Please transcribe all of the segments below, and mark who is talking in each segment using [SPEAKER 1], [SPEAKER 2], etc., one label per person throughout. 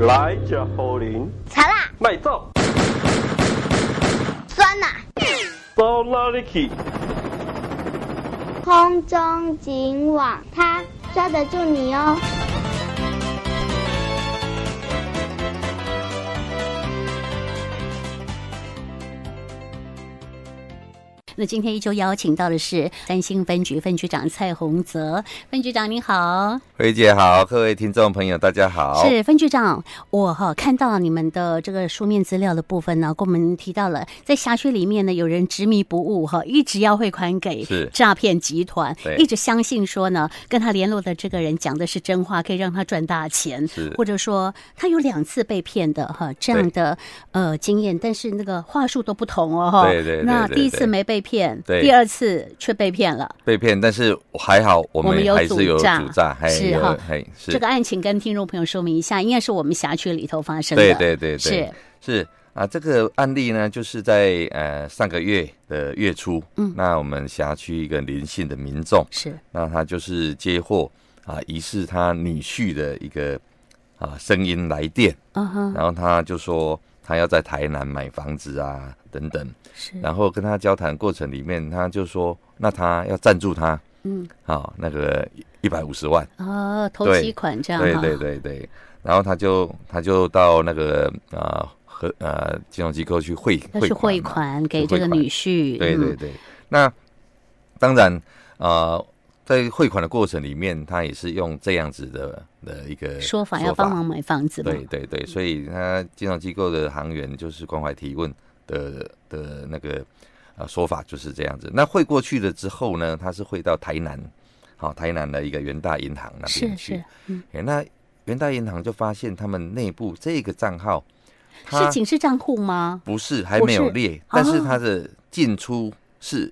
[SPEAKER 1] 来吃好啉，
[SPEAKER 2] 贼啦，
[SPEAKER 1] 卖走，
[SPEAKER 2] 酸啦、
[SPEAKER 1] 走哪里去？
[SPEAKER 2] 空中警网，它抓得住你哦。
[SPEAKER 3] 那今天一周邀请到的是三星分局分局长蔡洪泽，分局长您好，
[SPEAKER 4] 慧姐好，各位听众朋友大家好。
[SPEAKER 3] 是分局长，我哈看到你们的这个书面资料的部分呢，跟我们提到了，在辖区里面呢，有人执迷不悟哈，一直要汇款给
[SPEAKER 4] 是
[SPEAKER 3] 诈骗集团
[SPEAKER 4] 对，
[SPEAKER 3] 一直相信说呢，跟他联络的这个人讲的是真话，可以让他赚大钱，
[SPEAKER 4] 是
[SPEAKER 3] 或者说他有两次被骗的哈这样的呃经验，但是那个话术都不同哦哈，
[SPEAKER 4] 对对对
[SPEAKER 3] 那
[SPEAKER 4] 对
[SPEAKER 3] 第一
[SPEAKER 4] 对
[SPEAKER 3] 次没被骗，
[SPEAKER 4] 对
[SPEAKER 3] 第二次却被骗了。
[SPEAKER 4] 被骗，但是还好我
[SPEAKER 3] 我
[SPEAKER 4] 们
[SPEAKER 3] 们有
[SPEAKER 4] 还是有
[SPEAKER 3] 主
[SPEAKER 4] 主
[SPEAKER 3] 诈
[SPEAKER 4] 诈，还
[SPEAKER 3] 是哈
[SPEAKER 4] 有嘿是
[SPEAKER 3] 这个案情跟听众朋友说明一下，应该是我们辖区里头发生的。
[SPEAKER 4] 对对对对
[SPEAKER 3] 是
[SPEAKER 4] 是啊，这个案例呢，就是在呃上个月的月初，嗯，那我们辖区一个林姓的民众，
[SPEAKER 3] 是
[SPEAKER 4] 那他就是接获啊疑似他女婿的一个啊声音来电，
[SPEAKER 3] 啊哈，
[SPEAKER 4] 然后他就说他要在台南买房子啊等等，
[SPEAKER 3] 是
[SPEAKER 4] 然后跟他交谈过程里面，他就说那他要赞助他，
[SPEAKER 3] 嗯，
[SPEAKER 4] 好、那个一百五十万。
[SPEAKER 3] 哦，投
[SPEAKER 4] 对
[SPEAKER 3] 期款这样
[SPEAKER 4] 对
[SPEAKER 3] 哈，
[SPEAKER 4] 对对对，然后他就他就到那个啊和呃金融机构去汇
[SPEAKER 3] 要去汇
[SPEAKER 4] 嘛
[SPEAKER 3] 款给
[SPEAKER 4] 去
[SPEAKER 3] 这
[SPEAKER 4] 汇
[SPEAKER 3] 个
[SPEAKER 4] 款
[SPEAKER 3] 女婿。
[SPEAKER 4] 对对
[SPEAKER 3] 嗯，
[SPEAKER 4] 对，那当然啊、呃在汇款的过程里面，他也是用这样子的的一个
[SPEAKER 3] 说法要帮忙买房子嘛。
[SPEAKER 4] 对对
[SPEAKER 3] 嗯
[SPEAKER 4] 对，所以他金融机构的行员就是关怀提问的的那个呃说法就是这样子。那汇过去了之后呢，他是汇到台南，好、台南的一个元大银行那边
[SPEAKER 3] 是
[SPEAKER 4] 去
[SPEAKER 3] 是。，嗯，
[SPEAKER 4] 诶那元大银行就发现他们内部这个账号，它
[SPEAKER 3] 是警示账户吗？
[SPEAKER 4] 不是还没有列，
[SPEAKER 3] 不是
[SPEAKER 4] 但是它的进出是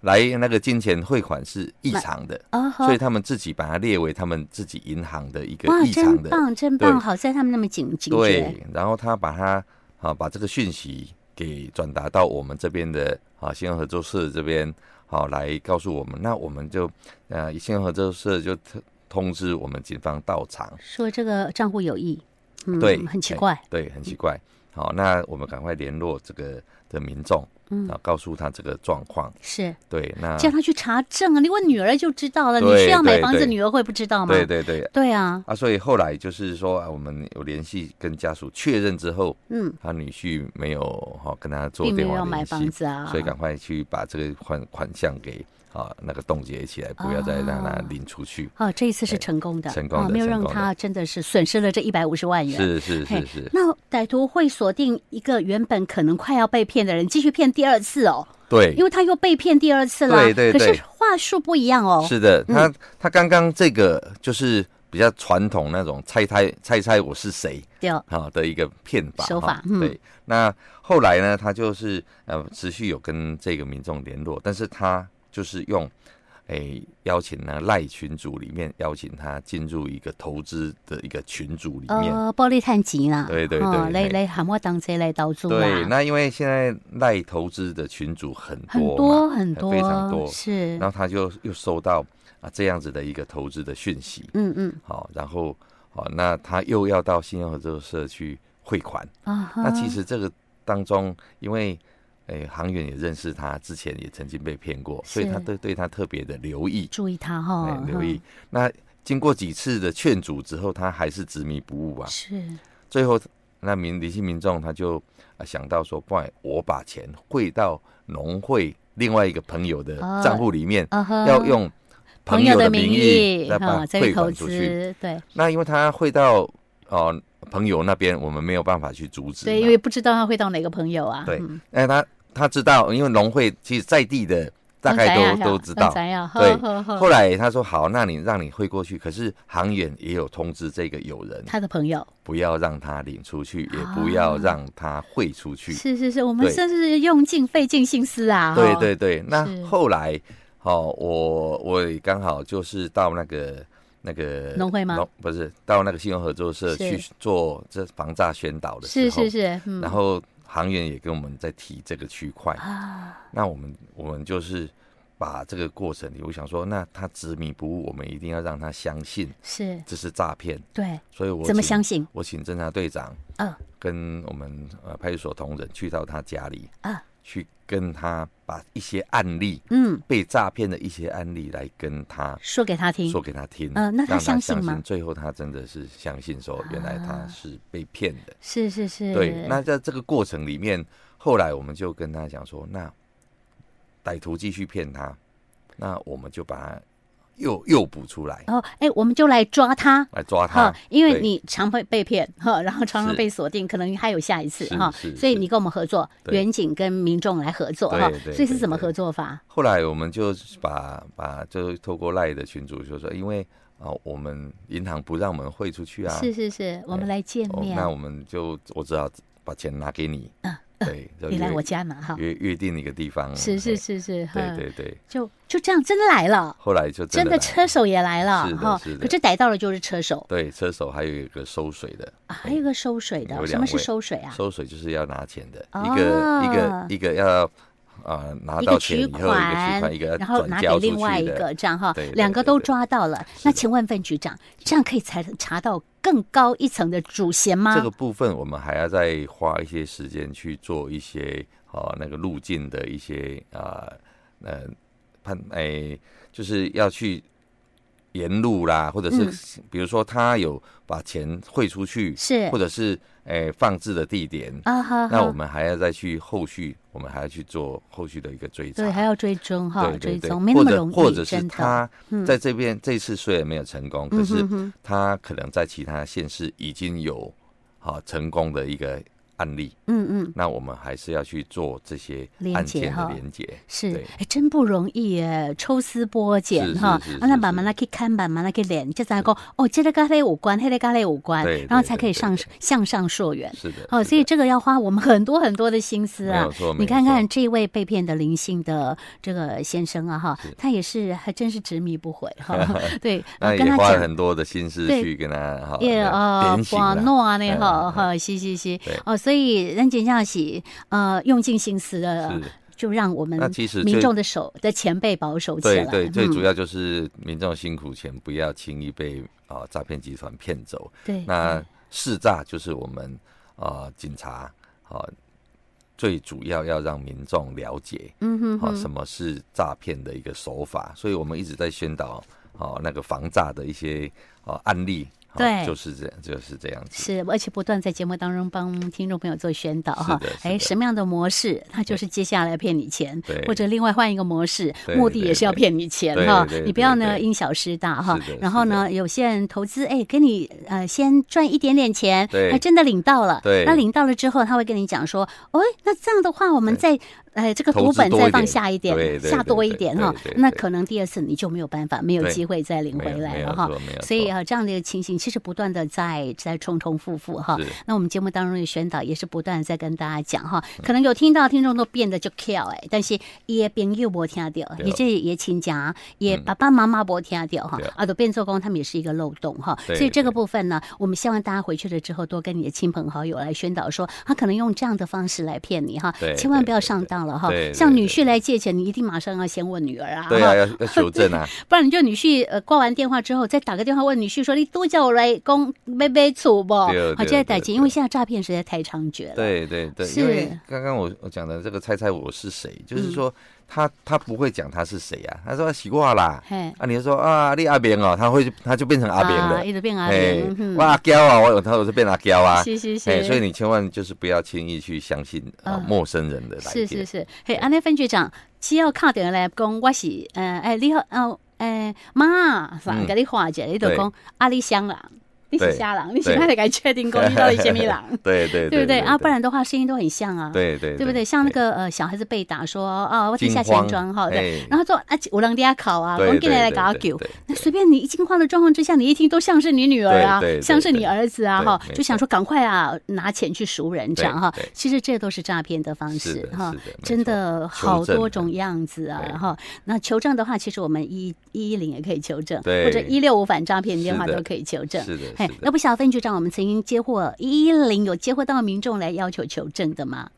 [SPEAKER 4] 来那个金钱汇款是异常的，
[SPEAKER 3] 啊哈
[SPEAKER 4] 所以，他们自己把它列为他们自己银行的一个
[SPEAKER 3] 哇，
[SPEAKER 4] 异常
[SPEAKER 3] 真
[SPEAKER 4] 的。
[SPEAKER 3] 棒真棒，
[SPEAKER 4] 对
[SPEAKER 3] 好在他们那么警警觉。
[SPEAKER 4] 对，然后他把它啊把这个讯息给转达到我们这边的啊信用合作社这边，好、来告诉我们，那我们就呃信用合作社就特通知我们警方到场。
[SPEAKER 3] 说这个账户有异，嗯，
[SPEAKER 4] 对，
[SPEAKER 3] 很奇
[SPEAKER 4] 哎
[SPEAKER 3] 怪，
[SPEAKER 4] 对，很奇怪。好，那我们赶快联络这个的民众，
[SPEAKER 3] 嗯
[SPEAKER 4] 啊，告诉他这个状况。
[SPEAKER 3] 是
[SPEAKER 4] 对，那
[SPEAKER 3] 叫他去查证啊，你问女儿就知道了。你
[SPEAKER 4] 对
[SPEAKER 3] 需要买
[SPEAKER 4] 对
[SPEAKER 3] 房子，
[SPEAKER 4] 对
[SPEAKER 3] 女儿会不知道吗？
[SPEAKER 4] 对对对
[SPEAKER 3] 对啊，
[SPEAKER 4] 啊，所以后来就是说，啊、我们有联系跟家属确认之后，
[SPEAKER 3] 嗯，
[SPEAKER 4] 他女婿没有哈、跟他做
[SPEAKER 3] 并没
[SPEAKER 4] 电
[SPEAKER 3] 有
[SPEAKER 4] 话
[SPEAKER 3] 要买
[SPEAKER 4] 联
[SPEAKER 3] 房
[SPEAKER 4] 系，
[SPEAKER 3] 子啊，
[SPEAKER 4] 所以赶快去把这个款款项给啊那个冻结起来，不要再让他
[SPEAKER 3] 哦
[SPEAKER 4] 领出去。
[SPEAKER 3] 哦，这一次是成功的，
[SPEAKER 4] 哎成功的
[SPEAKER 3] 啊，没有
[SPEAKER 4] 成
[SPEAKER 3] 让
[SPEAKER 4] 功的
[SPEAKER 3] 他真的是损失了这一百五十万元。
[SPEAKER 4] 是是
[SPEAKER 3] 嘿
[SPEAKER 4] 是是，
[SPEAKER 3] 那歹徒会锁定一个原本可能快要被骗的人，继续骗第二次哦，
[SPEAKER 4] 对
[SPEAKER 3] 因，为他又被骗第二次了。
[SPEAKER 4] 对对
[SPEAKER 3] 可
[SPEAKER 4] 对
[SPEAKER 3] 是话术不一样哦。
[SPEAKER 4] 是的，他他刚刚这个就是比较传统那种猜猜猜猜我是谁，
[SPEAKER 3] 对哦，
[SPEAKER 4] 啊的一个骗法
[SPEAKER 3] 手
[SPEAKER 4] 哈
[SPEAKER 3] 法嗯
[SPEAKER 4] 对，那后来呢，他就是呃持续有跟这个民众联络，但是他就是用诶、邀请呢赖群组里面邀请他进入一个投资的一个群组里面。
[SPEAKER 3] 呃，玻璃探钱啦，
[SPEAKER 4] 对对
[SPEAKER 3] 哦，
[SPEAKER 4] 对
[SPEAKER 3] 来
[SPEAKER 4] 嘿
[SPEAKER 3] 来喊我当贼来倒租啦，
[SPEAKER 4] 对，那因为现在赖投资的群组很多
[SPEAKER 3] 很
[SPEAKER 4] 嘛
[SPEAKER 3] 多很多，
[SPEAKER 4] 非常多
[SPEAKER 3] 是，
[SPEAKER 4] 然后他就又收到啊这样子的一个投资的讯息，
[SPEAKER 3] 嗯嗯
[SPEAKER 4] 好、然后好、那他又要到信用合作社去汇款，
[SPEAKER 3] 啊哈，
[SPEAKER 4] 那其实这个当中，因为诶航员也认识他，之前也曾经被骗过，所以
[SPEAKER 3] 是
[SPEAKER 4] 他对对他特别的留意，
[SPEAKER 3] 注意他
[SPEAKER 4] 哎、
[SPEAKER 3] 哈，
[SPEAKER 4] 留意
[SPEAKER 3] 哈。
[SPEAKER 4] 那经过几次的劝阻之后，他还是执迷不悟啊。
[SPEAKER 3] 是
[SPEAKER 4] 最后，那民林姓民众他就、啊想到说，不然我把钱汇到农会另外一个朋友的
[SPEAKER 3] 哦
[SPEAKER 4] 账户里面，
[SPEAKER 3] 啊哈，
[SPEAKER 4] 要用
[SPEAKER 3] 朋
[SPEAKER 4] 朋友的
[SPEAKER 3] 名
[SPEAKER 4] 义来把
[SPEAKER 3] 哈，再去
[SPEAKER 4] 汇
[SPEAKER 3] 投
[SPEAKER 4] 款出去。
[SPEAKER 3] 资，对。
[SPEAKER 4] 那因为他汇到哦、朋友那边，我们没有办法去阻止嘛。
[SPEAKER 3] 对，因为不知道他会到哪个朋友啊。
[SPEAKER 4] 对
[SPEAKER 3] 嗯，
[SPEAKER 4] 哎，他他知道，因为农会其实在地的大概
[SPEAKER 3] 嗯
[SPEAKER 4] 都都知道。
[SPEAKER 3] 咱呀，
[SPEAKER 4] 对
[SPEAKER 3] 呵呵
[SPEAKER 4] 后来他说好，那你让你汇过去，可是航远也有通知这个友人，
[SPEAKER 3] 他的朋友
[SPEAKER 4] 不要让他领出去，也
[SPEAKER 3] 啊
[SPEAKER 4] 不要让他汇出去。
[SPEAKER 3] 是是是，我们
[SPEAKER 4] 对
[SPEAKER 3] 真是用尽费尽心思啊。
[SPEAKER 4] 对
[SPEAKER 3] 哈，
[SPEAKER 4] 对对，
[SPEAKER 3] 是
[SPEAKER 4] 那后来哦，我我也刚好就是到那个那个
[SPEAKER 3] 农会吗
[SPEAKER 4] 不是，到那个信用合作社
[SPEAKER 3] 是
[SPEAKER 4] 去做这防诈宣导的时
[SPEAKER 3] 是
[SPEAKER 4] 候，
[SPEAKER 3] 是是，嗯
[SPEAKER 4] 然后航远也跟我们在提这个区块，
[SPEAKER 3] 啊，
[SPEAKER 4] 那我们我们就是把这个过程里，我想说，那他执迷不悟，我们一定要让他相信
[SPEAKER 3] 是
[SPEAKER 4] 这是诈骗。
[SPEAKER 3] 对，
[SPEAKER 4] 所以我
[SPEAKER 3] 怎么
[SPEAKER 4] 请
[SPEAKER 3] 相信？
[SPEAKER 4] 我请侦查队长
[SPEAKER 3] 嗯
[SPEAKER 4] 跟我们呃派出所同仁去到他家里，
[SPEAKER 3] 嗯
[SPEAKER 4] 去跟他把一些案例
[SPEAKER 3] 嗯，
[SPEAKER 4] 被诈骗的一些案例来跟他
[SPEAKER 3] 说给他听
[SPEAKER 4] 说，给他听，
[SPEAKER 3] 嗯那他
[SPEAKER 4] 让
[SPEAKER 3] 相信
[SPEAKER 4] 信
[SPEAKER 3] 吗
[SPEAKER 4] 最后他真的是相信说，原来他
[SPEAKER 3] 啊
[SPEAKER 4] 是被骗的。
[SPEAKER 3] 是是是，
[SPEAKER 4] 对，那在这个过程里面，后来我们就跟他讲说，那歹徒继续骗他，那我们就把他诱诱捕出来，
[SPEAKER 3] 哦，哎，我们就来抓他。
[SPEAKER 4] 来抓他
[SPEAKER 3] 哈，，因为
[SPEAKER 4] 对
[SPEAKER 3] 你常被被骗哈，然后常常
[SPEAKER 4] 是
[SPEAKER 3] 被锁定，可能还有下一次
[SPEAKER 4] 是
[SPEAKER 3] 哈，
[SPEAKER 4] 是
[SPEAKER 3] 所以
[SPEAKER 4] 是
[SPEAKER 3] 你跟我们合作，
[SPEAKER 4] 对
[SPEAKER 3] 远景跟民众来合作
[SPEAKER 4] 对
[SPEAKER 3] 哈，
[SPEAKER 4] 对
[SPEAKER 3] 所以是
[SPEAKER 4] 对
[SPEAKER 3] 怎么
[SPEAKER 4] 对
[SPEAKER 3] 合作法？
[SPEAKER 4] 后来我们就把把就透过赖的群主就说，因为啊、我们银行不让我们汇出去啊，
[SPEAKER 3] 是是是，我们
[SPEAKER 4] 哎
[SPEAKER 3] 来见
[SPEAKER 4] 哦，
[SPEAKER 3] 面，
[SPEAKER 4] 那我们就我只好把钱拿给你， 对，就
[SPEAKER 3] 你来
[SPEAKER 4] 约
[SPEAKER 3] 我家拿哈，
[SPEAKER 4] 约约定一个地方，啊
[SPEAKER 3] 是
[SPEAKER 4] 嘿
[SPEAKER 3] 是，是是，哈
[SPEAKER 4] 对对对，
[SPEAKER 3] 就就这样，真的来了，
[SPEAKER 4] 后来就
[SPEAKER 3] 真
[SPEAKER 4] 的
[SPEAKER 3] 的
[SPEAKER 4] 来
[SPEAKER 3] 车手也来了
[SPEAKER 4] 是的
[SPEAKER 3] 哈
[SPEAKER 4] 是，的
[SPEAKER 3] 可是逮到了就是车手
[SPEAKER 4] 对车手还有一个收水的，
[SPEAKER 3] 啊，还有一个收水的，
[SPEAKER 4] 有
[SPEAKER 3] 什
[SPEAKER 4] 两
[SPEAKER 3] 么是
[SPEAKER 4] 位
[SPEAKER 3] 收水啊？
[SPEAKER 4] 收水就是要拿钱的，
[SPEAKER 3] 哦
[SPEAKER 4] 一个一个一个要啊拿
[SPEAKER 3] 一
[SPEAKER 4] 到
[SPEAKER 3] 个
[SPEAKER 4] 钱
[SPEAKER 3] 取
[SPEAKER 4] 以后，一个取
[SPEAKER 3] 款
[SPEAKER 4] 款，一个要
[SPEAKER 3] 然后
[SPEAKER 4] 转
[SPEAKER 3] 拿给
[SPEAKER 4] 交出
[SPEAKER 3] 另外
[SPEAKER 4] 去
[SPEAKER 3] 一
[SPEAKER 4] 的
[SPEAKER 3] 个，，这样哈
[SPEAKER 4] 对，对
[SPEAKER 3] 两个
[SPEAKER 4] 对
[SPEAKER 3] 都
[SPEAKER 4] 对
[SPEAKER 3] 抓到了。那请问分局长，这样可以才查到更高一层的主嫌吗？
[SPEAKER 4] 这个部分我们还要再花一些时间去做一些啊那个路径的一些啊呃判哎，就是要去沿路啦，或者是比如说他有把钱汇出去，
[SPEAKER 3] 嗯是
[SPEAKER 4] 或者是哎放置的地点。
[SPEAKER 3] 啊哈，
[SPEAKER 4] 那
[SPEAKER 3] 哈
[SPEAKER 4] 我们还要再去后续，我们还要去做后续的一个追查，
[SPEAKER 3] 对还要追踪哈，
[SPEAKER 4] 对
[SPEAKER 3] 追
[SPEAKER 4] 对对，
[SPEAKER 3] 踪
[SPEAKER 4] 或
[SPEAKER 3] 没那么
[SPEAKER 4] 者
[SPEAKER 3] 容易，
[SPEAKER 4] 或者是
[SPEAKER 3] 真的嗯
[SPEAKER 4] 他在这边、这次虽然没有成功，可是
[SPEAKER 3] 嗯哼哼
[SPEAKER 4] 他可能在其他县市已经有好、成功的一个案例，
[SPEAKER 3] 嗯嗯。
[SPEAKER 4] 那我们还是要去做这些
[SPEAKER 3] 连
[SPEAKER 4] 案
[SPEAKER 3] 结
[SPEAKER 4] 件的
[SPEAKER 3] 哈
[SPEAKER 4] 连接。
[SPEAKER 3] 是
[SPEAKER 4] 对，
[SPEAKER 3] 哎，真不容易耶，抽丝剥茧
[SPEAKER 4] 是
[SPEAKER 3] 哈
[SPEAKER 4] 是是，
[SPEAKER 3] 啊，那
[SPEAKER 4] 是
[SPEAKER 3] 慢慢来去看，慢慢来去练，就在讲哦，这个跟那有关，那个跟那有关
[SPEAKER 4] 对，
[SPEAKER 3] 然后
[SPEAKER 4] 对
[SPEAKER 3] 才
[SPEAKER 4] 对
[SPEAKER 3] 可以
[SPEAKER 4] 对
[SPEAKER 3] 上
[SPEAKER 4] 对
[SPEAKER 3] 向上溯源。
[SPEAKER 4] 是的，
[SPEAKER 3] 哦，
[SPEAKER 4] 是
[SPEAKER 3] 所以
[SPEAKER 4] 的
[SPEAKER 3] 这个要花我们很多很多的心思
[SPEAKER 4] 没
[SPEAKER 3] 啊
[SPEAKER 4] 有错。没
[SPEAKER 3] 你
[SPEAKER 4] 有
[SPEAKER 3] 看看
[SPEAKER 4] 错
[SPEAKER 3] 这位被骗的林姓的这个先生啊，哈，他也是还真是执迷不悔 哈。对，
[SPEAKER 4] 那
[SPEAKER 3] 呃跟
[SPEAKER 4] 也
[SPEAKER 3] 他
[SPEAKER 4] 花了
[SPEAKER 3] 讲。
[SPEAKER 4] 很多的心思
[SPEAKER 3] 对
[SPEAKER 4] 去跟他哈
[SPEAKER 3] 也呃，
[SPEAKER 4] 点醒
[SPEAKER 3] 寡
[SPEAKER 4] 啦
[SPEAKER 3] 诺啊，那
[SPEAKER 4] 哎
[SPEAKER 3] 哈
[SPEAKER 4] 哎
[SPEAKER 3] 哈，是是是
[SPEAKER 4] 对，
[SPEAKER 3] 哦，所以咱真正是呃，用尽心思的
[SPEAKER 4] 是，
[SPEAKER 3] 就让我们
[SPEAKER 4] 那其实
[SPEAKER 3] 民
[SPEAKER 4] 最
[SPEAKER 3] 众的手的前辈保守起来。
[SPEAKER 4] 对对，最
[SPEAKER 3] 嗯
[SPEAKER 4] 主要就是民众辛苦钱不要轻易被啊诈骗集团骗走。
[SPEAKER 3] 对，
[SPEAKER 4] 那市诈就是我们啊、呃警察啊、最主要要让民众了解
[SPEAKER 3] 嗯哼
[SPEAKER 4] 啊、
[SPEAKER 3] 哼，
[SPEAKER 4] 什么是诈骗的一个手法，所以我们一直在宣导啊、那个防诈的一些啊、案例，啊
[SPEAKER 3] 对
[SPEAKER 4] 就是这样就是这样子，
[SPEAKER 3] 是，而且不断在节目当中帮听众朋友做宣导哈
[SPEAKER 4] 是的。是
[SPEAKER 3] 哎，
[SPEAKER 4] 的
[SPEAKER 3] 什么样的模式，他就是接下来骗你钱，
[SPEAKER 4] 对
[SPEAKER 3] 或者另外换一个模式，
[SPEAKER 4] 对
[SPEAKER 3] 目的也
[SPEAKER 4] 对
[SPEAKER 3] 是要
[SPEAKER 4] 对
[SPEAKER 3] 骗你钱
[SPEAKER 4] 对
[SPEAKER 3] 哈
[SPEAKER 4] 对。
[SPEAKER 3] 你不
[SPEAKER 4] 对
[SPEAKER 3] 要呢
[SPEAKER 4] 对
[SPEAKER 3] 因小失大哈
[SPEAKER 4] 是。的
[SPEAKER 3] 然后
[SPEAKER 4] 是的
[SPEAKER 3] 呢，有些人投资哎，给你呃先赚一点点钱，
[SPEAKER 4] 对
[SPEAKER 3] 还真的领到了。
[SPEAKER 4] 对
[SPEAKER 3] 那领到了之后，他会跟你讲说，哎，那这样的话，我们再呃这个
[SPEAKER 4] 投
[SPEAKER 3] 股
[SPEAKER 4] 资
[SPEAKER 3] 本
[SPEAKER 4] 多
[SPEAKER 3] 再
[SPEAKER 4] 一
[SPEAKER 3] 放
[SPEAKER 4] 点
[SPEAKER 3] 下一
[SPEAKER 4] 对
[SPEAKER 3] 点，
[SPEAKER 4] 对
[SPEAKER 3] 下
[SPEAKER 4] 对
[SPEAKER 3] 多一
[SPEAKER 4] 对
[SPEAKER 3] 点
[SPEAKER 4] 对
[SPEAKER 3] 哈
[SPEAKER 4] 对。
[SPEAKER 3] 那
[SPEAKER 4] 对
[SPEAKER 3] 可能第二次你就没有办法，没有
[SPEAKER 4] 对
[SPEAKER 3] 机会再领
[SPEAKER 4] 没
[SPEAKER 3] 回
[SPEAKER 4] 有
[SPEAKER 3] 来
[SPEAKER 4] 没有
[SPEAKER 3] 了哈
[SPEAKER 4] 错没有。
[SPEAKER 3] 所以
[SPEAKER 4] 错
[SPEAKER 3] 呃这样的一个情形，其实不断的在在重重复复哈。
[SPEAKER 4] 是
[SPEAKER 3] 那我们节目当中的宣导也是不断地在跟大家讲哈，
[SPEAKER 4] 嗯
[SPEAKER 3] 可能有听到听众都变得就 care 哎，但是伊的朋友没听到，
[SPEAKER 4] 对
[SPEAKER 3] 伊这也亲家，也爸爸妈妈没听到哈
[SPEAKER 4] 对啊，
[SPEAKER 3] 啊都变做工，他们也是一个漏洞哈。所
[SPEAKER 4] 对
[SPEAKER 3] 以这个
[SPEAKER 4] 对
[SPEAKER 3] 部分呢，我们希望大家回去了之后多跟你的亲朋好友来宣导说，他可能用这样的方式来骗你哈
[SPEAKER 4] 对，
[SPEAKER 3] 千万
[SPEAKER 4] 对
[SPEAKER 3] 不要
[SPEAKER 4] 对
[SPEAKER 3] 上
[SPEAKER 4] 对
[SPEAKER 3] 当了哈
[SPEAKER 4] 对。对
[SPEAKER 3] 像女
[SPEAKER 4] 对
[SPEAKER 3] 婿来借钱，你一定马上要先问女儿啊，
[SPEAKER 4] 对
[SPEAKER 3] 哈
[SPEAKER 4] 啊，要要求 证啊，
[SPEAKER 3] 不然你就女婿呃挂完电话之后，再打个电话问女婿说：“你多叫我来公买买厝不？”
[SPEAKER 4] 对
[SPEAKER 3] 好，
[SPEAKER 4] 对
[SPEAKER 3] 这个代
[SPEAKER 4] 对
[SPEAKER 3] 志，
[SPEAKER 4] 对
[SPEAKER 3] 因为现在诈骗实在太猖獗了。啊
[SPEAKER 4] 对对对，因为
[SPEAKER 3] 是
[SPEAKER 4] 刚刚我我讲的这个猜猜我是谁，就是
[SPEAKER 3] 嗯
[SPEAKER 4] 说他他不会讲他是谁啊，他说习惯啦，
[SPEAKER 3] 嘿，
[SPEAKER 4] 啊，你就说啊，你阿扁哦，他会他就变成阿扁了，
[SPEAKER 3] 啊，一直变阿
[SPEAKER 4] 哎
[SPEAKER 3] 扁，嗯，
[SPEAKER 4] 我阿娇啊，我有他我是变阿娇啊，
[SPEAKER 3] 是是是，
[SPEAKER 4] 哎，所以你千万就是不要轻易去相信啊
[SPEAKER 3] 嗯
[SPEAKER 4] 陌生人的来
[SPEAKER 3] 是是
[SPEAKER 4] 电，
[SPEAKER 3] 是，嘿，安内分局长，只要敲电话来讲，我是呃，哎，你好，哦，哎，妈，啥
[SPEAKER 4] 嗯
[SPEAKER 3] 给你话者，你就
[SPEAKER 4] 对
[SPEAKER 3] 讲啊，你啥人，你是
[SPEAKER 4] 对
[SPEAKER 3] 啥人，你是
[SPEAKER 4] 对，
[SPEAKER 3] 哪里该确定讲你到底什么人
[SPEAKER 4] 对对
[SPEAKER 3] 对不
[SPEAKER 4] 对
[SPEAKER 3] 对啊？不然的话，声音都很像啊。
[SPEAKER 4] 对对
[SPEAKER 3] 对不对？像那个呃，小孩子被打说啊，我底
[SPEAKER 4] 惊
[SPEAKER 3] 下
[SPEAKER 4] 慌
[SPEAKER 3] 钱庄哈，对
[SPEAKER 4] 哎，
[SPEAKER 3] 然后说啊，有人底下考啊，
[SPEAKER 4] 对
[SPEAKER 3] 我进来来
[SPEAKER 4] 对
[SPEAKER 3] 搞我
[SPEAKER 4] 对
[SPEAKER 3] 救
[SPEAKER 4] 对。
[SPEAKER 3] 那随便你一惊慌的状况之下，你一听都像是你女儿啊
[SPEAKER 4] 对对，对
[SPEAKER 3] 像是你儿子啊
[SPEAKER 4] 对
[SPEAKER 3] 哈，
[SPEAKER 4] 没
[SPEAKER 3] 就想
[SPEAKER 4] 错
[SPEAKER 3] 说赶快啊拿钱去赎人这样哈
[SPEAKER 4] 对对。
[SPEAKER 3] 其实这都是诈骗的方
[SPEAKER 4] 是
[SPEAKER 3] 式
[SPEAKER 4] 的
[SPEAKER 3] 哈
[SPEAKER 4] 是的没，
[SPEAKER 3] 真
[SPEAKER 4] 错
[SPEAKER 3] 的
[SPEAKER 4] 求
[SPEAKER 3] 好
[SPEAKER 4] 证
[SPEAKER 3] 多
[SPEAKER 4] 的
[SPEAKER 3] 种样子啊
[SPEAKER 4] 对
[SPEAKER 3] 哈。那求证的话，其实我们一一一零也可以求证，
[SPEAKER 4] 对
[SPEAKER 3] 或者一六五反诈骗电
[SPEAKER 4] 是
[SPEAKER 3] 话
[SPEAKER 4] 的
[SPEAKER 3] 都可以求证。
[SPEAKER 4] 是的
[SPEAKER 3] 嘿
[SPEAKER 4] 是的
[SPEAKER 3] 那不晓得分局长，我们曾经接获一一零有接获到民众来要求求证的吗？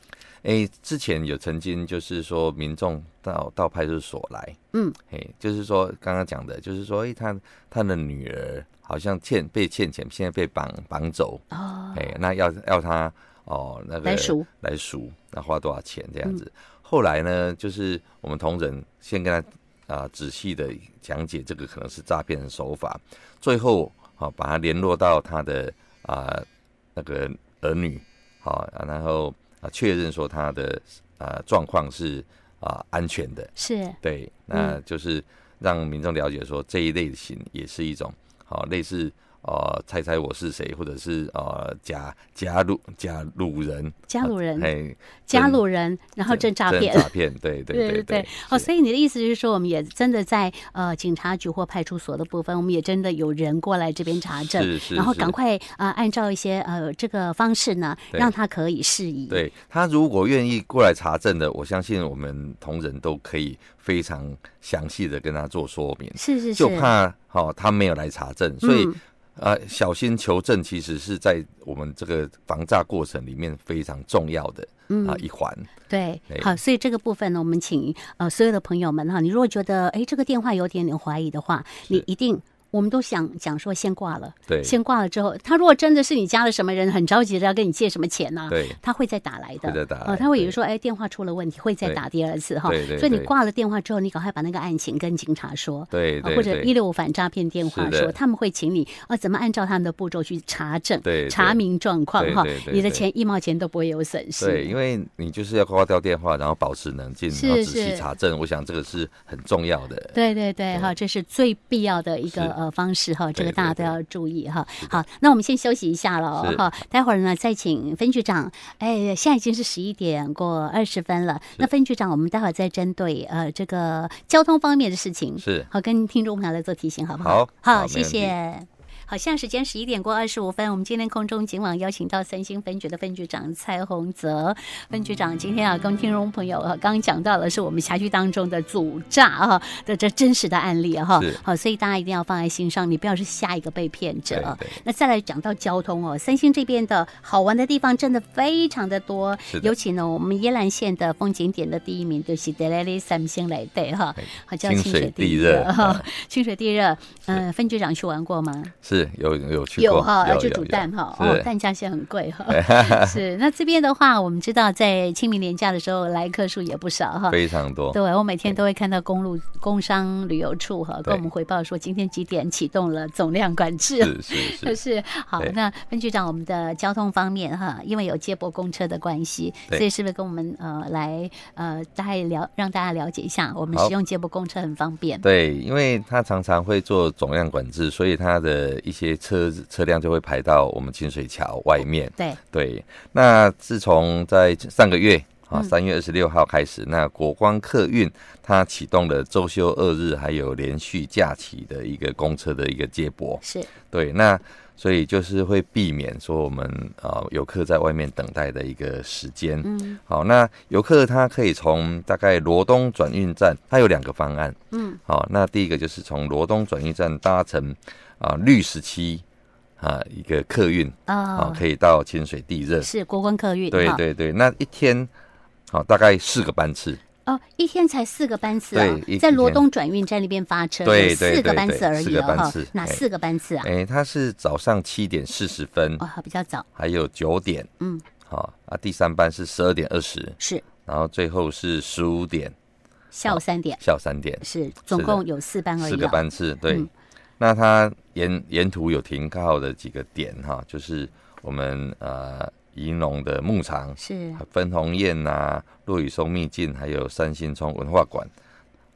[SPEAKER 4] 诶，哎之前有曾经就是说民众到到派出所来，
[SPEAKER 3] 嗯，
[SPEAKER 4] 诶，就是说刚刚讲的，就是说，诶，哎他他的女儿好像欠被欠钱，现在被绑绑走，
[SPEAKER 3] 哦，
[SPEAKER 4] 哎，那要要他哦，那个
[SPEAKER 3] 来赎
[SPEAKER 4] 来赎，那花多少钱这样子？后来呢，就是我们同仁先跟他啊、仔细的讲解这个可能是诈骗的手法，最后啊、把他联络到他的啊、那个儿女，好、啊然后啊确认说他的啊状况是啊、安全的，
[SPEAKER 3] 是
[SPEAKER 4] 对，那就是让民众了解说这一类型也是一种，好、类似呃猜猜我是谁，或者是呃假假路假路人，
[SPEAKER 3] 加鲁人，
[SPEAKER 4] 哎，
[SPEAKER 3] 加鲁人，然后真诈骗
[SPEAKER 4] 真。诈骗，对
[SPEAKER 3] 对
[SPEAKER 4] 对对
[SPEAKER 3] 对
[SPEAKER 4] 对，
[SPEAKER 3] 哦，
[SPEAKER 4] 是
[SPEAKER 3] 所以你的意思是说，我们也真的在呃警察局或派出所的部分，我们也真的有人过来这边查证，
[SPEAKER 4] 是是
[SPEAKER 3] 然后
[SPEAKER 4] 是
[SPEAKER 3] 赶快呃按照一些呃这个方式呢，
[SPEAKER 4] 对
[SPEAKER 3] 让他可以适宜。，
[SPEAKER 4] 对他如果愿意过来查证的，我相信我们同仁都可以非常详细的跟他做说明，
[SPEAKER 3] 是是是，
[SPEAKER 4] 就怕哦他没有来查证，所以。
[SPEAKER 3] 嗯
[SPEAKER 4] 啊，小心求证其实是在我们这个防诈过程里面非常重要的
[SPEAKER 3] 嗯
[SPEAKER 4] 啊一环。
[SPEAKER 3] 对
[SPEAKER 4] 哎，
[SPEAKER 3] 好，所以这个部分呢，我们请呃所有的朋友们哈，你如果觉得哎这个电话有点点怀疑的话，你一定。我们都想讲说先挂了，
[SPEAKER 4] 对
[SPEAKER 3] 先挂了之后，他如果真的是你家的什么人，很着急的要跟你借什么钱呢、
[SPEAKER 4] 对
[SPEAKER 3] 他会再打来的，
[SPEAKER 4] 会再打来
[SPEAKER 3] 呃他会以为
[SPEAKER 4] 对
[SPEAKER 3] 说，哎，电话出了问题，会再
[SPEAKER 4] 对
[SPEAKER 3] 打第二次哈，
[SPEAKER 4] 对对
[SPEAKER 3] 所以你
[SPEAKER 4] 对
[SPEAKER 3] 挂了电话之后，你赶快把那个案情跟警察说，
[SPEAKER 4] 对
[SPEAKER 3] 啊
[SPEAKER 4] 对
[SPEAKER 3] 或者一
[SPEAKER 4] 对
[SPEAKER 3] 六五反诈骗电话
[SPEAKER 4] 是的
[SPEAKER 3] 说，他们会请你啊，怎么按照他们的步骤去查证，
[SPEAKER 4] 对
[SPEAKER 3] 查
[SPEAKER 4] 对
[SPEAKER 3] 明状况
[SPEAKER 4] 对
[SPEAKER 3] 哈
[SPEAKER 4] 对，对
[SPEAKER 3] 你的
[SPEAKER 4] 对
[SPEAKER 3] 钱一毛钱都不会有损失，
[SPEAKER 4] 对，因为你就是要挂掉电话，然后保持冷静，
[SPEAKER 3] 是
[SPEAKER 4] 然后仔细
[SPEAKER 3] 是
[SPEAKER 4] 查证。我想这个是很重要的。
[SPEAKER 3] 对对对，哈，这是最必要的一个呃
[SPEAKER 4] 是
[SPEAKER 3] 方式哈，这个
[SPEAKER 4] 对对
[SPEAKER 3] 大家都
[SPEAKER 4] 对
[SPEAKER 3] 要注意哈。好，那我们先休息一下了
[SPEAKER 4] 是
[SPEAKER 3] 哈，待会儿呢再请分局长。哎，现在已经是十一点过二十分了，那分局长，我们待会儿再针对呃这个交通方面的事情，
[SPEAKER 4] 是
[SPEAKER 3] 好跟听众朋友来做提醒，好不好？
[SPEAKER 4] 好好
[SPEAKER 3] 谢
[SPEAKER 4] 没问题
[SPEAKER 3] 谢。好，现在时间十一点过二十五分，我们今天空中警网邀请到三星分局的分局长蔡洪泽分局长，今天啊跟听众朋友啊刚刚讲到了是我们辖区当中的组诈啊的这真实的案例啊哈
[SPEAKER 4] 是，
[SPEAKER 3] 好，所以大家一定要放在心上，你不要是下一个被骗者啊
[SPEAKER 4] 对对。
[SPEAKER 3] 那再来讲到交通哦，三星这边的好玩的地方真的非常的多，
[SPEAKER 4] 是的
[SPEAKER 3] 尤其呢我们宜兰县的风景点的第一名就是德莱利三星来对哈，
[SPEAKER 4] 哎
[SPEAKER 3] 好叫
[SPEAKER 4] 清
[SPEAKER 3] 清
[SPEAKER 4] 水
[SPEAKER 3] 水
[SPEAKER 4] 地
[SPEAKER 3] 地
[SPEAKER 4] 热
[SPEAKER 3] 热哈，清水地热，嗯，分局长去玩过吗？
[SPEAKER 4] 是有有去
[SPEAKER 3] 有
[SPEAKER 4] 过，
[SPEAKER 3] 哈，啊要去
[SPEAKER 4] 有
[SPEAKER 3] 煮
[SPEAKER 4] 有
[SPEAKER 3] 蛋哈，
[SPEAKER 4] 是
[SPEAKER 3] 哦，蛋价现在很贵哈。 是，那这边的话，我们知道在清明年假的时候来客数也不少哈。
[SPEAKER 4] 非常多。
[SPEAKER 3] 对，我每天都会看到公路工商旅游处哈，跟我们回报说今天几点启动了总量管制。
[SPEAKER 4] 是是，
[SPEAKER 3] 就是是好，
[SPEAKER 4] 对
[SPEAKER 3] 那分局长，我们的交通方面哈，因为有接驳公车的关系，
[SPEAKER 4] 对
[SPEAKER 3] 所以是不是跟我们呃来呃大概了让大家了解一下，我们
[SPEAKER 4] 好
[SPEAKER 3] 使用接驳公车很方便。
[SPEAKER 4] 对，因为他常常会做总量管制，所以他的一些车车辆就会排到我们清水桥外面。
[SPEAKER 3] 对，
[SPEAKER 4] 对，那自从在上个月啊，
[SPEAKER 3] 嗯
[SPEAKER 4] 三月二十六号开始，那国光客运它启动了周休二日还有连续假期的一个公车的一个接驳。
[SPEAKER 3] 是
[SPEAKER 4] 对，那所以就是会避免说我们呃游客在外面等待的一个时间。嗯，好，那游客他可以从大概罗东转运站，它有两个方案。嗯，好，那第一个就是从罗东转运站搭乘啊、绿十七啊一个客运啊、
[SPEAKER 3] 呃，
[SPEAKER 4] 可以到清水地热。
[SPEAKER 3] 是哦国光客运
[SPEAKER 4] 对
[SPEAKER 3] 哈
[SPEAKER 4] 对对，那一天好、大概四个班次，
[SPEAKER 3] 哦，一天才四个班次啊
[SPEAKER 4] 对，一
[SPEAKER 3] 在罗
[SPEAKER 4] 一天
[SPEAKER 3] 东转运站那边发车，
[SPEAKER 4] 对
[SPEAKER 3] 有
[SPEAKER 4] 对
[SPEAKER 3] 四个
[SPEAKER 4] 对
[SPEAKER 3] 班
[SPEAKER 4] 对
[SPEAKER 3] 次而
[SPEAKER 4] 四
[SPEAKER 3] 已
[SPEAKER 4] 个
[SPEAKER 3] 哦
[SPEAKER 4] 班
[SPEAKER 3] 哈
[SPEAKER 4] 次
[SPEAKER 3] 哪
[SPEAKER 4] 哎
[SPEAKER 3] 四个班次啊？
[SPEAKER 4] 诶，它是早上七点四十分，
[SPEAKER 3] 哦，比较早，
[SPEAKER 4] 还有九点，
[SPEAKER 3] 嗯，
[SPEAKER 4] 好、啊，第三班是十二点二十，
[SPEAKER 3] 是
[SPEAKER 4] 然后最后是十五点，
[SPEAKER 3] 下午三点，
[SPEAKER 4] 下午三点，
[SPEAKER 3] 是总
[SPEAKER 4] 是的
[SPEAKER 3] 共有四班而已
[SPEAKER 4] 四
[SPEAKER 3] 哦。
[SPEAKER 4] 个班次，对。
[SPEAKER 3] 嗯
[SPEAKER 4] 那它沿沿途有停靠的几个点哈、就是我们呃宜农的牧场，
[SPEAKER 3] 是
[SPEAKER 4] 分鸿雁呐、落雨松秘境，还有三星冲文化馆。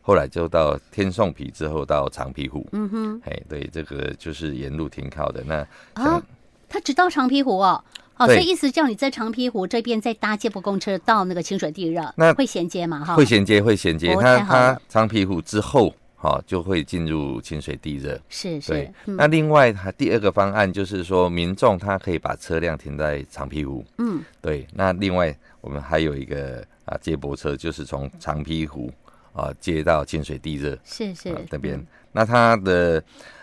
[SPEAKER 4] 后来就到天颂皮之后到长皮湖，嗯哼，哎，对，这个就是沿路停靠的。那
[SPEAKER 3] 啊，他只到长皮湖哦，哦，所
[SPEAKER 4] 对
[SPEAKER 3] 以意思叫你在长皮湖这边再搭接驳公车到那个清水地热，
[SPEAKER 4] 那
[SPEAKER 3] 会衔接嘛哈？
[SPEAKER 4] 会衔接，会衔接。
[SPEAKER 3] 哦
[SPEAKER 4] 它
[SPEAKER 3] 太好了
[SPEAKER 4] 它长皮湖之后，哈、就会进入清水地热。
[SPEAKER 3] 是嗯
[SPEAKER 4] 对
[SPEAKER 3] 是，，
[SPEAKER 4] 那另外它第二个方案就是说，民众他可以把车辆停在长皮湖。
[SPEAKER 3] 嗯，
[SPEAKER 4] 对。那另外我们还有一个啊接驳车，就是从长皮湖啊接到清水地热。
[SPEAKER 3] 是是嗯
[SPEAKER 4] 啊、那边。那它的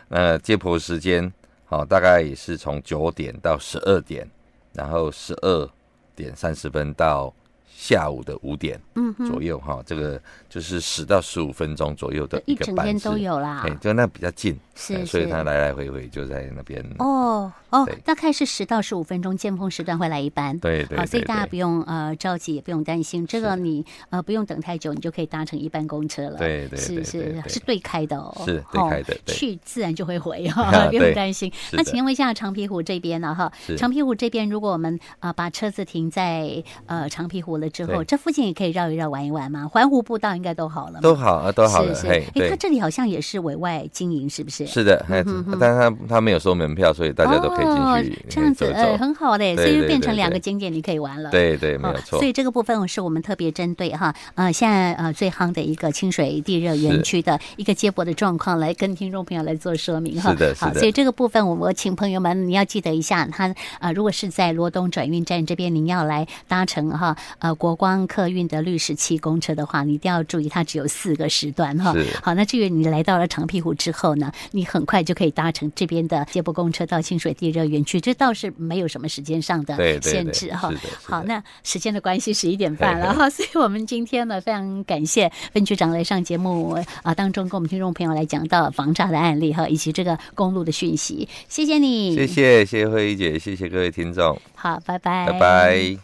[SPEAKER 4] 呃接驳时间，好、大概也是从九点到十二点，然后十二点三十分到下午的五点
[SPEAKER 3] 嗯哼，
[SPEAKER 4] 左右哈、这个就是十到十五分钟左右的一
[SPEAKER 3] 一
[SPEAKER 4] 个
[SPEAKER 3] 整
[SPEAKER 4] 班
[SPEAKER 3] 天
[SPEAKER 4] 次
[SPEAKER 3] 都。有啦
[SPEAKER 4] 哎、。就那比较近，
[SPEAKER 3] 啊是
[SPEAKER 4] 哎所以
[SPEAKER 3] 是
[SPEAKER 4] 他来来回回就在那边。
[SPEAKER 3] 哦哦
[SPEAKER 4] 对，
[SPEAKER 3] 大概是十到十五分钟，尖峰时段会来一班。
[SPEAKER 4] 对对对
[SPEAKER 3] 哦好，所以大家
[SPEAKER 4] 对
[SPEAKER 3] 不用呃着急，也不用担心，这个你呃不用等太久，你就可以搭乘一班公车了。
[SPEAKER 4] 对对
[SPEAKER 3] 是
[SPEAKER 4] 对对
[SPEAKER 3] 是
[SPEAKER 4] 对
[SPEAKER 3] 是对开的哦，
[SPEAKER 4] 是对
[SPEAKER 3] 哦
[SPEAKER 4] 开的对
[SPEAKER 3] 去自然就会回
[SPEAKER 4] 啊
[SPEAKER 3] 哈，不用
[SPEAKER 4] 对
[SPEAKER 3] 担心。
[SPEAKER 4] 是
[SPEAKER 3] 那
[SPEAKER 4] 的
[SPEAKER 3] 请问一下长皮湖这边呢哈
[SPEAKER 4] 是，
[SPEAKER 3] 长皮湖这边如果我们啊把车子停在呃长皮湖了之后，
[SPEAKER 4] 对
[SPEAKER 3] 这附近也可以绕一绕玩一玩吗？环湖步道应该都好了嘛，
[SPEAKER 4] 都好啊，都好了，
[SPEAKER 3] 是是，
[SPEAKER 4] 嘿
[SPEAKER 3] 哎，，
[SPEAKER 4] 对
[SPEAKER 3] 它，这里嗯好像也是委外经营，是不是？
[SPEAKER 4] 是的，哎，但是他他没有收门票，所以大家都可以进去
[SPEAKER 3] 哦、这样子，
[SPEAKER 4] 走
[SPEAKER 3] 呃，
[SPEAKER 4] 走。
[SPEAKER 3] 很好嘞，所以
[SPEAKER 4] 对
[SPEAKER 3] 就
[SPEAKER 4] 对
[SPEAKER 3] 变成
[SPEAKER 4] 对
[SPEAKER 3] 两个
[SPEAKER 4] 对
[SPEAKER 3] 景点，你可以玩了。
[SPEAKER 4] 对对，没
[SPEAKER 3] 哦。
[SPEAKER 4] 有错
[SPEAKER 3] 所。以这个部分是我们特别针对哈，呃，现在呃最夯的一个清水地热园
[SPEAKER 4] 是
[SPEAKER 3] 区的一个接驳的状况，来跟听众朋友来做说明哈。
[SPEAKER 4] 是的
[SPEAKER 3] 好，
[SPEAKER 4] 是的
[SPEAKER 3] 所以这个部分我我请朋友们你要记得一下，它呃如果是在罗东转运站这边您要来搭乘哈呃国光客运的绿十七公车的话，你一定要注意它只有四个时段哈
[SPEAKER 4] 是。
[SPEAKER 3] 好，那至于你来到了长屁股之后呢，你很快就可以搭乘这边的接驳公车到清水地热园区，这倒是没有什么时间上的
[SPEAKER 4] 对对
[SPEAKER 3] 限
[SPEAKER 4] 对
[SPEAKER 3] 制哈
[SPEAKER 4] 是的是。
[SPEAKER 3] 好，
[SPEAKER 4] 的
[SPEAKER 3] 那时间的关系，十一点半了
[SPEAKER 4] 嘿嘿
[SPEAKER 3] 哈，所以我们今天呢，非常感谢分局长来上节目啊、当中，跟我们听众朋友来讲到防诈的案例哈，以及这个公路的讯息，谢谢你，
[SPEAKER 4] 谢，谢，谢谢慧怡姐，谢谢各位听众，
[SPEAKER 3] 好，拜拜，
[SPEAKER 4] 拜拜。